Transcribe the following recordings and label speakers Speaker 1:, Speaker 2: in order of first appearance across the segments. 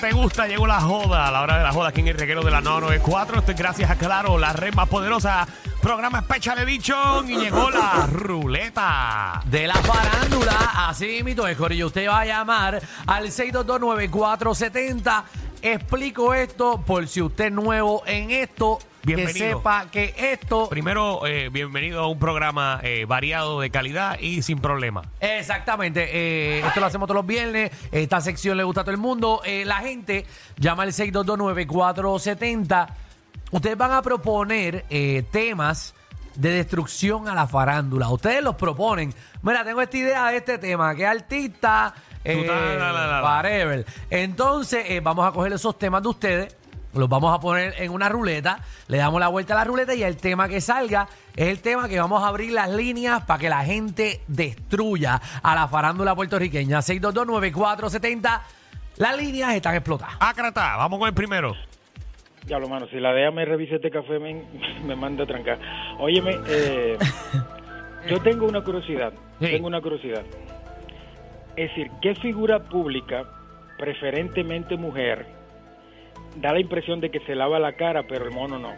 Speaker 1: te gusta, llegó la joda. A la hora de la joda aquí en el reguero de la 994. Esto es gracias a Claro, la red más poderosa. Programa Special Edition. Y llegó la ruleta.
Speaker 2: De la farándula, así mito es, Corillo. Usted va a llamar al 6229470. Explico esto por si usted es nuevo en esto.
Speaker 1: Bienvenido.
Speaker 2: Que sepa que esto.
Speaker 1: Primero, eh, bienvenido a un programa eh, variado de calidad y sin problema.
Speaker 2: Exactamente, eh, esto lo hacemos todos los viernes, esta sección le gusta a todo el mundo, Eh, la gente llama al 6229470, ustedes van a proponer eh, temas de destrucción a la farándula, ustedes los proponen, mira, tengo esta idea de este tema, qué artista, eh,
Speaker 1: ta- la- la- la- la.
Speaker 2: whatever. Entonces, eh, vamos a coger esos temas de ustedes, los vamos a poner en una ruleta, le damos la vuelta a la ruleta y el tema que salga es el tema que vamos a abrir las líneas para que la gente destruya a la farándula puertorriqueña. 6229470, las líneas están explotadas.
Speaker 1: Ácrata, vamos con el primero.
Speaker 3: Ya lo mano, si la DEA me revisa este café me, me manda a trancar. Óyeme, eh, yo tengo una curiosidad,
Speaker 1: Sí.
Speaker 3: tengo una curiosidad. Es decir, ¿qué figura pública, preferentemente mujer, da la impresión de que se lava la cara, pero el mono no?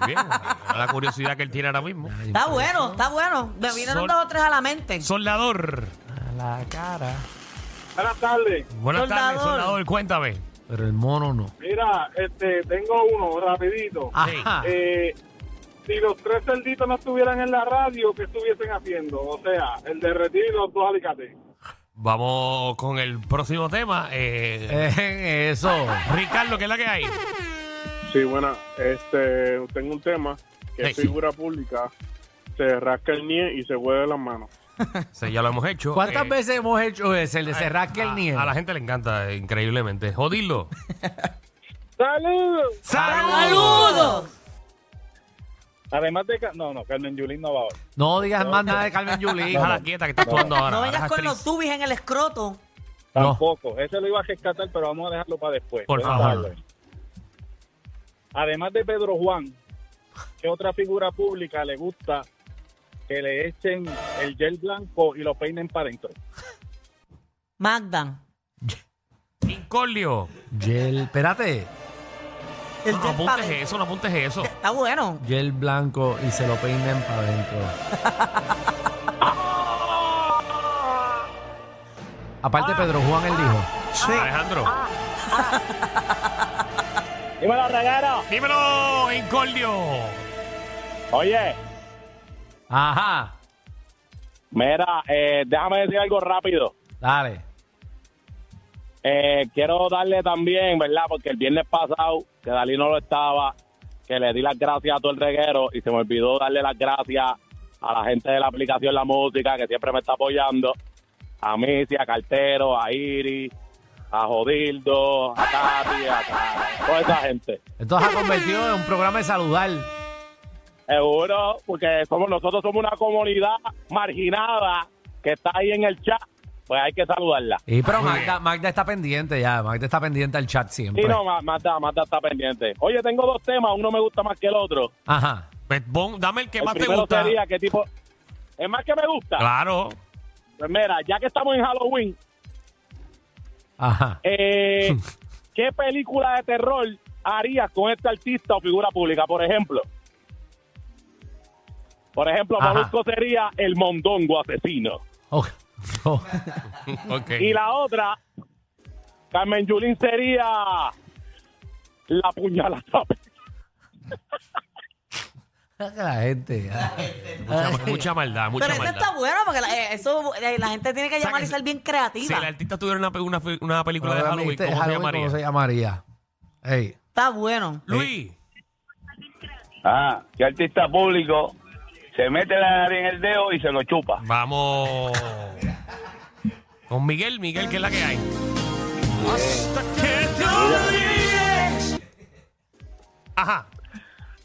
Speaker 1: Muy bien. A la curiosidad que él tiene ahora mismo.
Speaker 4: Está bueno, está bueno. Me vinieron
Speaker 1: Sol-
Speaker 4: dos o tres a la mente.
Speaker 1: Soldador.
Speaker 2: A la cara.
Speaker 5: Buenas tardes.
Speaker 1: Buenas tardes,
Speaker 4: Soldador.
Speaker 1: soldador. Cuéntame.
Speaker 2: Pero el mono no.
Speaker 5: Mira, este, tengo uno rapidito.
Speaker 2: Ajá.
Speaker 5: Eh, si los tres cerditos no estuvieran en la radio, ¿qué estuviesen haciendo? O sea, el derretir y los dos alicates.
Speaker 1: Vamos con el próximo tema. Eh,
Speaker 2: Eh, eso.
Speaker 1: Ricardo, ¿qué es la que hay?
Speaker 6: Sí, bueno, este, tengo un tema que es
Speaker 1: Sí.
Speaker 6: figura pública se rasca el nie y se huele las manos.
Speaker 1: Sí, ya lo hemos hecho.
Speaker 2: ¿Cuántas
Speaker 1: Eh,
Speaker 2: veces hemos hecho ese, el de
Speaker 1: Ay,
Speaker 2: cerrar que
Speaker 1: a-
Speaker 2: el nieve?
Speaker 1: A la gente le encanta, eh, increíblemente. Jodirlo.
Speaker 5: ¡Saludos!
Speaker 4: ¡Saludos!
Speaker 5: Además de... No, no, Carmen Yulín no va hoy.
Speaker 2: No digas más nada de Carmen Yulín.
Speaker 1: Déjala quieta que está actuando ahora.
Speaker 4: No
Speaker 1: ahora
Speaker 4: vengas
Speaker 1: es
Speaker 4: con
Speaker 1: actriz.
Speaker 4: los tubis en el escroto.
Speaker 5: Tampoco. Ese lo iba a rescatar, pero vamos a dejarlo para después.
Speaker 1: Por
Speaker 5: Buenas
Speaker 1: favor.
Speaker 5: tardes. Además de Pedro Juan, ¿qué otra figura pública le gusta que le echen el gel blanco y lo peinen para adentro?
Speaker 4: Magda.
Speaker 1: Incordio.
Speaker 2: Yel, espérate.
Speaker 4: El
Speaker 1: No, no
Speaker 4: del
Speaker 1: apuntes
Speaker 4: pabellón.
Speaker 1: eso, no apuntes eso.
Speaker 4: Está bueno.
Speaker 2: Gel blanco y se lo peinen para adentro. Aparte, Pedro Juan él dijo.
Speaker 1: Alejandro.
Speaker 4: Ah.
Speaker 5: ¡Dímelo, regalo!
Speaker 1: Dímelo, Incordio.
Speaker 5: Oye,
Speaker 2: Ajá.
Speaker 5: mira, eh, déjame decir algo rápido.
Speaker 2: Dale.
Speaker 5: Eh, quiero darle también, ¿verdad? Porque el viernes pasado, que Dalí no lo estaba, que le di las gracias a todo el reguero y se me olvidó darle las gracias a la gente de la aplicación La Música, que siempre me está apoyando. A Missy, a Cartero, a Iri, a Jodildo, a Tati, a, a toda esa gente.
Speaker 2: Esto se ha convertido en un programa de saludar.
Speaker 5: Seguro, porque somos nosotros somos una comunidad marginada que está ahí en el chat, pues hay que saludarla.
Speaker 2: Y pero
Speaker 1: Muy
Speaker 2: Magda,
Speaker 1: bien.
Speaker 2: Magda está pendiente ya. Magda está pendiente al chat
Speaker 5: Sí,
Speaker 2: siempre.
Speaker 5: no, Ma- Marta, Marta está pendiente. Oye, tengo dos temas, uno me gusta más que el otro.
Speaker 2: Ajá.
Speaker 1: Pues, pon- dame el que
Speaker 5: El
Speaker 1: más te
Speaker 5: primero
Speaker 1: gusta.
Speaker 5: sería qué tipo... Es más que me gusta.
Speaker 1: Claro.
Speaker 5: Pues mira, ya que estamos en Halloween,
Speaker 2: Ajá.
Speaker 5: eh, ¿qué película de terror harías con este artista o figura pública, por ejemplo? Por ejemplo,
Speaker 2: Ajá.
Speaker 5: Molusco sería El Mondongo Asesino.
Speaker 2: Ok. Oh.
Speaker 1: Ok.
Speaker 5: Y la otra, Carmen Yulín sería La Puñalada.
Speaker 2: La gente.
Speaker 1: Mucha, mucha maldad, mucha
Speaker 4: Pero eso
Speaker 1: maldad.
Speaker 4: está bueno porque la, eh, eso, eh, la gente tiene que
Speaker 1: O sea,
Speaker 4: llamar
Speaker 1: que
Speaker 4: y
Speaker 1: si-
Speaker 4: ser bien
Speaker 1: Si
Speaker 4: creativa.
Speaker 1: el artista tuviera una, pe- una fe- una película de Halloween, ¿cómo se
Speaker 2: Halloween,
Speaker 1: llamaría?
Speaker 2: ¿Cómo se llamaría? Ey.
Speaker 4: Está bueno.
Speaker 1: Luis.
Speaker 7: Ah, que artista público se mete la nariz en el dedo y se lo chupa.
Speaker 1: Vamos. Con Miguel, Miguel, ¿qué es la que hay? Hasta que te olvides. Ajá.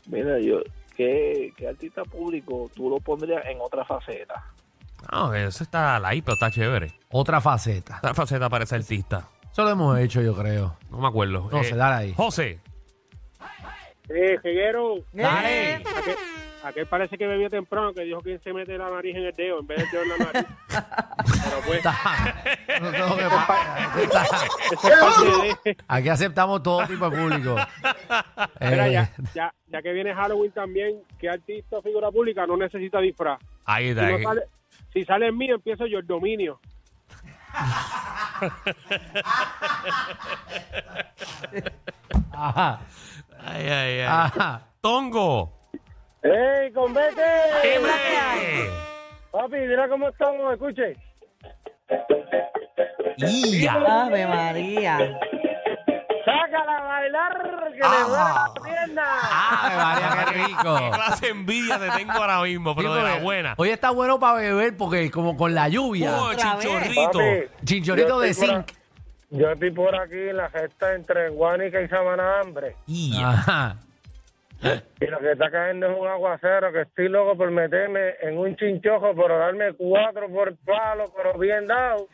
Speaker 8: Mira, yo, ¿qué, qué artista público tú lo pondrías en otra faceta?
Speaker 1: No, eso está light, pero está chévere.
Speaker 2: Otra faceta.
Speaker 1: Esta faceta parece artista.
Speaker 2: Eso lo hemos hecho, yo creo.
Speaker 1: No me acuerdo.
Speaker 2: No, se dale ahí.
Speaker 1: José.
Speaker 5: Eh, Reguero,
Speaker 2: Dale.
Speaker 5: aquel, parece que bebió temprano, que dijo que se mete la nariz en el dedo en vez del dedo en la nariz.
Speaker 6: pero pues.
Speaker 2: No tengo que pagar.
Speaker 6: esa es parte de-
Speaker 2: Aquí aceptamos todo tipo de público.
Speaker 6: Mira,
Speaker 2: Eh,
Speaker 6: ya, ya, ya que viene Halloween también, ¿qué artista o figura pública no necesita disfraz?
Speaker 1: Ahí
Speaker 6: Si,
Speaker 1: está.
Speaker 6: no sale, si sale el mío, empiezo yo el dominio.
Speaker 2: Ajá.
Speaker 1: Ay, ay, ay.
Speaker 2: Ajá.
Speaker 1: Tongo.
Speaker 6: ¡Ey, convete!
Speaker 1: ¡Dime!
Speaker 6: Papi, mira cómo estamos, escuche.
Speaker 1: ¡Ya!
Speaker 4: Ave María.
Speaker 6: ¡Sácala a bailar! ¡Que
Speaker 2: Ah. duela la
Speaker 6: pierna!
Speaker 2: Ay, María, qué
Speaker 1: Qué
Speaker 2: rico.
Speaker 1: clase de envidia te tengo ahora mismo, pero de la buena.
Speaker 2: Hoy está bueno para beber porque como con la lluvia.
Speaker 1: ¡Oh,
Speaker 4: Otra vez.
Speaker 1: chinchorrito!
Speaker 2: Chinchorrito de zinc.
Speaker 6: Yo estoy por aquí en la gesta entre Guanica y Samaná Hambre.
Speaker 1: ¡Ya!
Speaker 2: Ajá.
Speaker 6: Y lo que está cayendo es un aguacero que estoy loco por meterme en un chinchojo, por darme cuatro por palo, pero bien dado.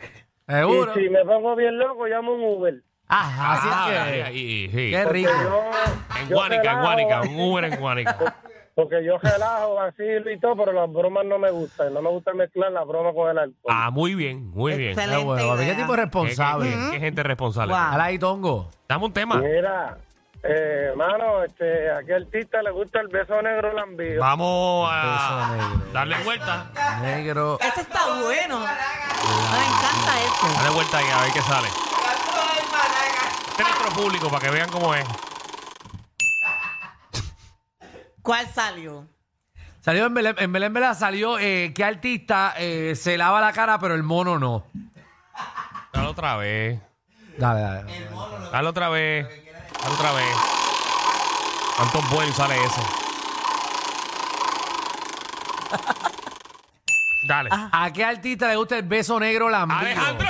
Speaker 2: Seguro.
Speaker 6: Y si me pongo bien loco, llamo un Uber.
Speaker 2: Ajá, así es
Speaker 1: Ah,
Speaker 2: que.
Speaker 1: y- y- y-
Speaker 2: Qué
Speaker 6: Porque
Speaker 2: rico.
Speaker 6: yo-
Speaker 1: En
Speaker 6: yo
Speaker 1: Guanica, en
Speaker 6: relajo,
Speaker 1: Guanica, un Uber en Guanica.
Speaker 6: Porque yo relajo, vacilo y todo, pero las bromas no me gustan. No me gusta mezclar la broma con el alcohol.
Speaker 1: Ah, muy bien, muy bien.
Speaker 2: Qué
Speaker 1: Qué-
Speaker 4: Excelente
Speaker 2: bueno, papi, Qué
Speaker 4: idea.
Speaker 2: tipo
Speaker 1: Qué,
Speaker 2: responsable.
Speaker 1: qué- qué gente responsable.
Speaker 4: Guau.
Speaker 2: Dale ahí, Tongo.
Speaker 1: Dame un tema.
Speaker 6: Mira, eh, hermano, este, a qué artista le gusta el beso negro lambido.
Speaker 1: Vamos
Speaker 2: Eso,
Speaker 1: a
Speaker 2: negro.
Speaker 1: darle vuelta.
Speaker 2: Negro.
Speaker 4: Ese está bueno. Me encanta ese.
Speaker 1: Dale vuelta ahí a ver qué sale. Este es nuestro público para que vean cómo es.
Speaker 4: ¿Cuál salió?
Speaker 2: Salió en Belén, en Belén Vela salió eh, qué artista eh, se lava la cara, pero el mono no.
Speaker 1: Dale otra vez.
Speaker 2: Dale, dale.
Speaker 1: Dale otra vez. Dale otra vez. ¿Cuántos buenos sale eso? Dale.
Speaker 2: ¿A qué artista le gusta el beso negro lambido?
Speaker 1: ¡Alejandro!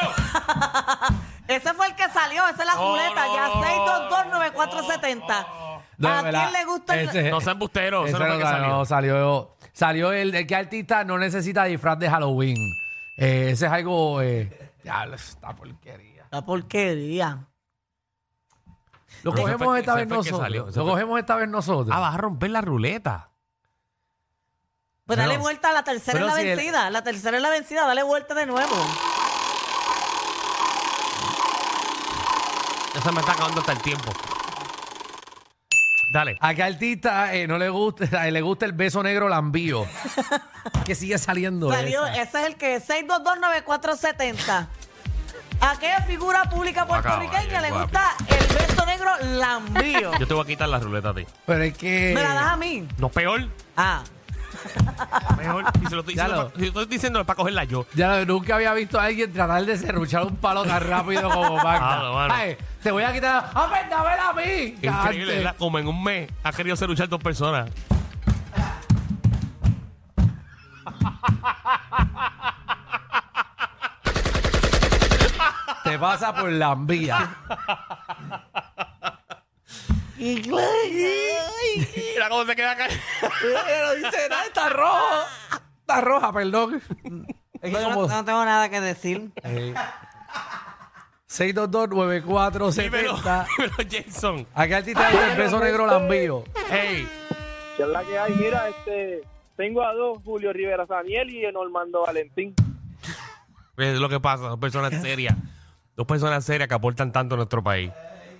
Speaker 4: Ese fue el que salió, esa es la
Speaker 1: No,
Speaker 4: ruleta,
Speaker 1: Oh, no,
Speaker 4: ya
Speaker 1: no,
Speaker 4: 6229470.
Speaker 2: No,
Speaker 4: ¿A
Speaker 2: ¿verdad?
Speaker 4: quién le gusta el-
Speaker 2: Ese-
Speaker 1: No sean embusteros.
Speaker 2: Eh, ese
Speaker 1: Eso no fue que
Speaker 2: no
Speaker 1: salió.
Speaker 2: no, salió. Salió el de qué artista no necesita disfraz de Halloween. Eh, ese es algo. Eh, diablo, esta porquería.
Speaker 4: La porquería.
Speaker 2: Lo
Speaker 1: Ese
Speaker 2: cogemos
Speaker 1: fue-
Speaker 2: esta
Speaker 1: ese
Speaker 2: vez
Speaker 1: fue el que salió,
Speaker 2: nosotros.
Speaker 1: ese
Speaker 2: Lo
Speaker 1: fue-
Speaker 2: cogemos esta vez nosotros.
Speaker 1: Ah, vas a romper la ruleta.
Speaker 4: Pues
Speaker 2: Pero-
Speaker 4: dale vuelta, la tercera es
Speaker 2: pero
Speaker 4: la
Speaker 2: si el-
Speaker 4: vencida, la tercera es la vencida, dale vuelta de nuevo.
Speaker 1: Eso me está acabando hasta el tiempo. Dale.
Speaker 2: ¿A qué artista eh, no le gusta, eh, le gusta el beso negro lambío? que sigue saliendo.
Speaker 4: Salió,
Speaker 2: esa.
Speaker 4: ese es el que 6229470. ¿A qué figura pública puertorriqueña le
Speaker 1: guapo.
Speaker 4: gusta el beso negro lambío?
Speaker 1: Yo te voy a quitar la ruleta a ti.
Speaker 2: Pero es que.
Speaker 4: ¿Me la das a mí?
Speaker 1: No, peor.
Speaker 4: Ah,
Speaker 1: Mejor. Si se lo estoy
Speaker 2: Ya
Speaker 1: diciendo,
Speaker 2: lo-
Speaker 1: pa- si lo estoy diciendo es para cogerla yo.
Speaker 2: Ya nunca había visto a alguien tratar de serruchar un palo tan rápido como
Speaker 1: Ah, Claro,
Speaker 2: Magda.
Speaker 1: mano.
Speaker 2: Ay, te voy a quitar. ¡Ah, pues, dámela a mí! este,
Speaker 1: Qué Increíble,
Speaker 2: Cante.
Speaker 1: ¿verdad? Como en un mes ha querido luchar dos personas.
Speaker 2: Te pasa por la envía.
Speaker 1: Mira cómo se queda acá.
Speaker 2: Pero dice, nada, está rojo. Está roja, perdón. Es que
Speaker 4: yo no,
Speaker 2: como-
Speaker 4: no tengo nada que decir.
Speaker 2: Eh, 622-9470.
Speaker 1: Dímelo, Jason.
Speaker 2: ¿A qué artista le gusta el beso negro lambío?
Speaker 1: Hey,
Speaker 8: ¿Qué es la que hay? Mira, este, tengo a dos, Julio Rivera Saniel y Normando Valentín.
Speaker 1: es lo que pasa, dos personas serias. Dos personas serias que aportan tanto a nuestro país.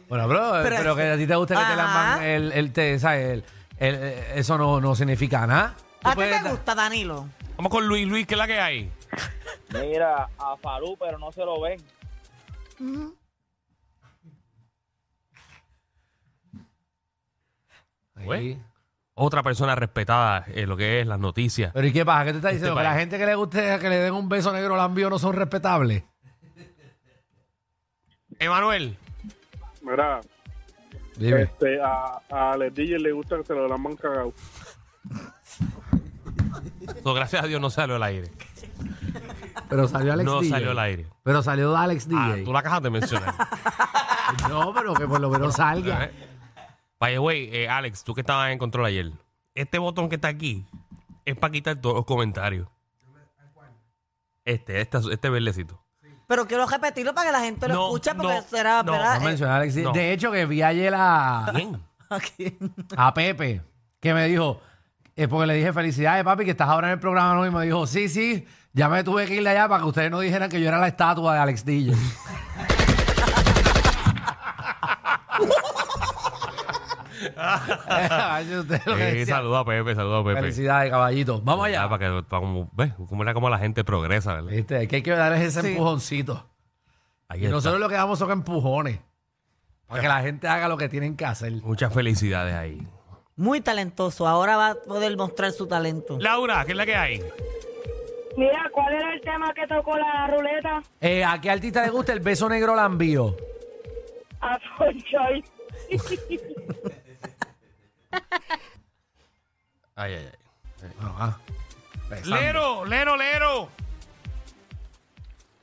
Speaker 2: Bueno, bro, eh, pero,
Speaker 4: Pero-
Speaker 2: que a ti te gusta que te lamban
Speaker 4: Ajá.
Speaker 2: el, el te, ¿sabes? El- el- eh, eso no, no significa nada. Tú
Speaker 4: ¿A ti
Speaker 2: puedes
Speaker 4: te
Speaker 2: da-
Speaker 4: gusta, Danilo?
Speaker 1: Vamos con Luis, Luis, ¿qué es la que hay?
Speaker 8: Mira, a Farú, pero no se lo ven.
Speaker 1: Güey. Otra persona respetada en lo que es las noticias.
Speaker 2: Pero ¿y qué pasa? ¿Qué te estás diciendo? ¿Que la
Speaker 1: país.
Speaker 2: gente que le guste que le den un beso negro lambío no son respetables?
Speaker 1: Emanuel,
Speaker 6: Mira,
Speaker 2: Dime.
Speaker 6: este, a, a los DJs le gusta que se lo lamban cagado.
Speaker 1: no, gracias a Dios no salió al aire.
Speaker 2: Pero salió Alex
Speaker 1: No
Speaker 2: DJ.
Speaker 1: salió al aire.
Speaker 2: Pero salió Alex
Speaker 1: Ah,
Speaker 2: DJ.
Speaker 1: tú la acabas de mencionar.
Speaker 2: No, pero que por lo menos salga.
Speaker 1: Eh. By the way, eh, Alex, tú que estabas en control ayer, este botón que está aquí es para quitar todos los comentarios. Este, este, este verdecito.
Speaker 4: Pero quiero repetirlo para que la gente lo
Speaker 1: No,
Speaker 4: escuche porque
Speaker 1: no,
Speaker 4: será,
Speaker 1: no,
Speaker 2: No
Speaker 4: ¿verdad? Eh,
Speaker 2: mencioné a Alex DJ.
Speaker 1: no.
Speaker 2: De hecho, que vi ayer a,
Speaker 1: Bien.
Speaker 4: aquí.
Speaker 2: a Pepe, que me dijo, eh, porque le dije felicidades, papi, que estás ahora en el programa nuevo. Y me dijo, sí, sí, Ya me tuve que ir de allá para que ustedes no dijeran que yo era la estatua de Alex DJ. Ay, ustedes lo que
Speaker 1: Eh,
Speaker 2: decían.
Speaker 1: saludo a Pepe, saludo a Pepe.
Speaker 2: Felicidades, caballito. Vamos
Speaker 1: Ah,
Speaker 2: allá.
Speaker 1: para que, para como, ves, como era como la gente progresa, ¿verdad?
Speaker 2: Viste, es que hay que darles ese
Speaker 4: Sí.
Speaker 2: empujoncito.
Speaker 1: Ahí
Speaker 2: Y
Speaker 1: está.
Speaker 2: nosotros lo que damos son empujones. Para que la gente haga lo que tienen que hacer.
Speaker 1: Muchas felicidades ahí.
Speaker 4: Muy talentoso. Ahora va a poder mostrar su talento.
Speaker 1: Laura, ¿qué es la que hay?
Speaker 9: Mira, ¿cuál era el tema que tocó la ruleta?
Speaker 2: Eh, ¿A qué artista le gusta el beso negro lambío?
Speaker 9: A Fonchoy.
Speaker 1: Ay, ay, ay.
Speaker 2: Ajá. Besando.
Speaker 1: Lero, Lero, Lero.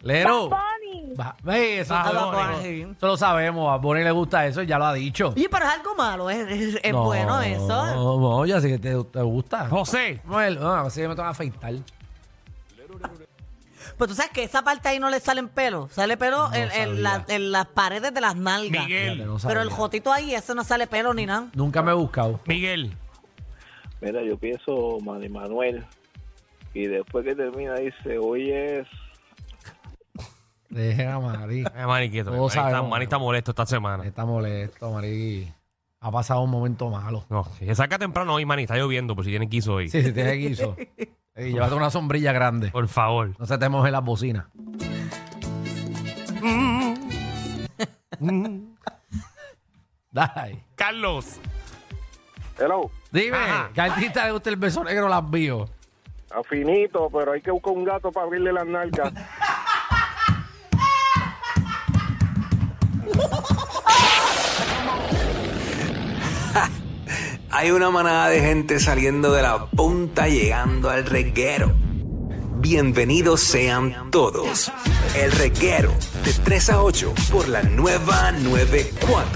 Speaker 2: Lero.
Speaker 9: Bunny.
Speaker 2: Ba- Ve, eso,
Speaker 1: Bad
Speaker 2: te lo-
Speaker 1: Bunny.
Speaker 2: eso- eso lo sabemos. A Bonnie le gusta eso y ya lo ha dicho.
Speaker 4: Oye, pero es algo malo. Es, es- es
Speaker 2: No,
Speaker 4: bueno eso.
Speaker 2: No, no, ya sé que te, te gusta.
Speaker 1: José.
Speaker 2: Manuel, no, así que me tengo que afeitar.
Speaker 4: Pero Pues tú sabes que esa parte ahí no le salen pelo. Sale pelo en, en la- en las paredes de las nalgas.
Speaker 1: Miguel.
Speaker 2: Fíjate, no sabía.
Speaker 4: Pero el jotito ahí, ese no sale pelo ni nada.
Speaker 2: Nunca me he buscado.
Speaker 1: Miguel.
Speaker 8: Mira, yo pienso Manny Manuel. Y después que termina dice, hoy es...
Speaker 2: Deja, Mari.
Speaker 1: Eh, Manny, quieto.
Speaker 2: Todos
Speaker 1: Manny está,
Speaker 2: sabemos.
Speaker 1: Manny está molesto esta semana.
Speaker 2: Está molesto, Mari. Ha pasado un momento malo.
Speaker 1: No, se saca temprano hoy, Manny. Está lloviendo, por si tienen quiso hoy.
Speaker 2: Sí, sí, tiene guiso. Y llévate una sombrilla grande.
Speaker 1: Por favor.
Speaker 2: No se te moje las bocinas. Dale. ahí.
Speaker 1: Carlos.
Speaker 6: Hello,
Speaker 2: Dime,
Speaker 1: Ajá.
Speaker 2: ¿qué artista le gusta el beso negro las vio?
Speaker 6: afinito, pero hay que buscar un gato para abrirle las nalgas.
Speaker 10: Hay una manada de gente saliendo de la punta llegando al reguero. Bienvenidos sean todos. El reguero de 3 a 8 por la nueva 94.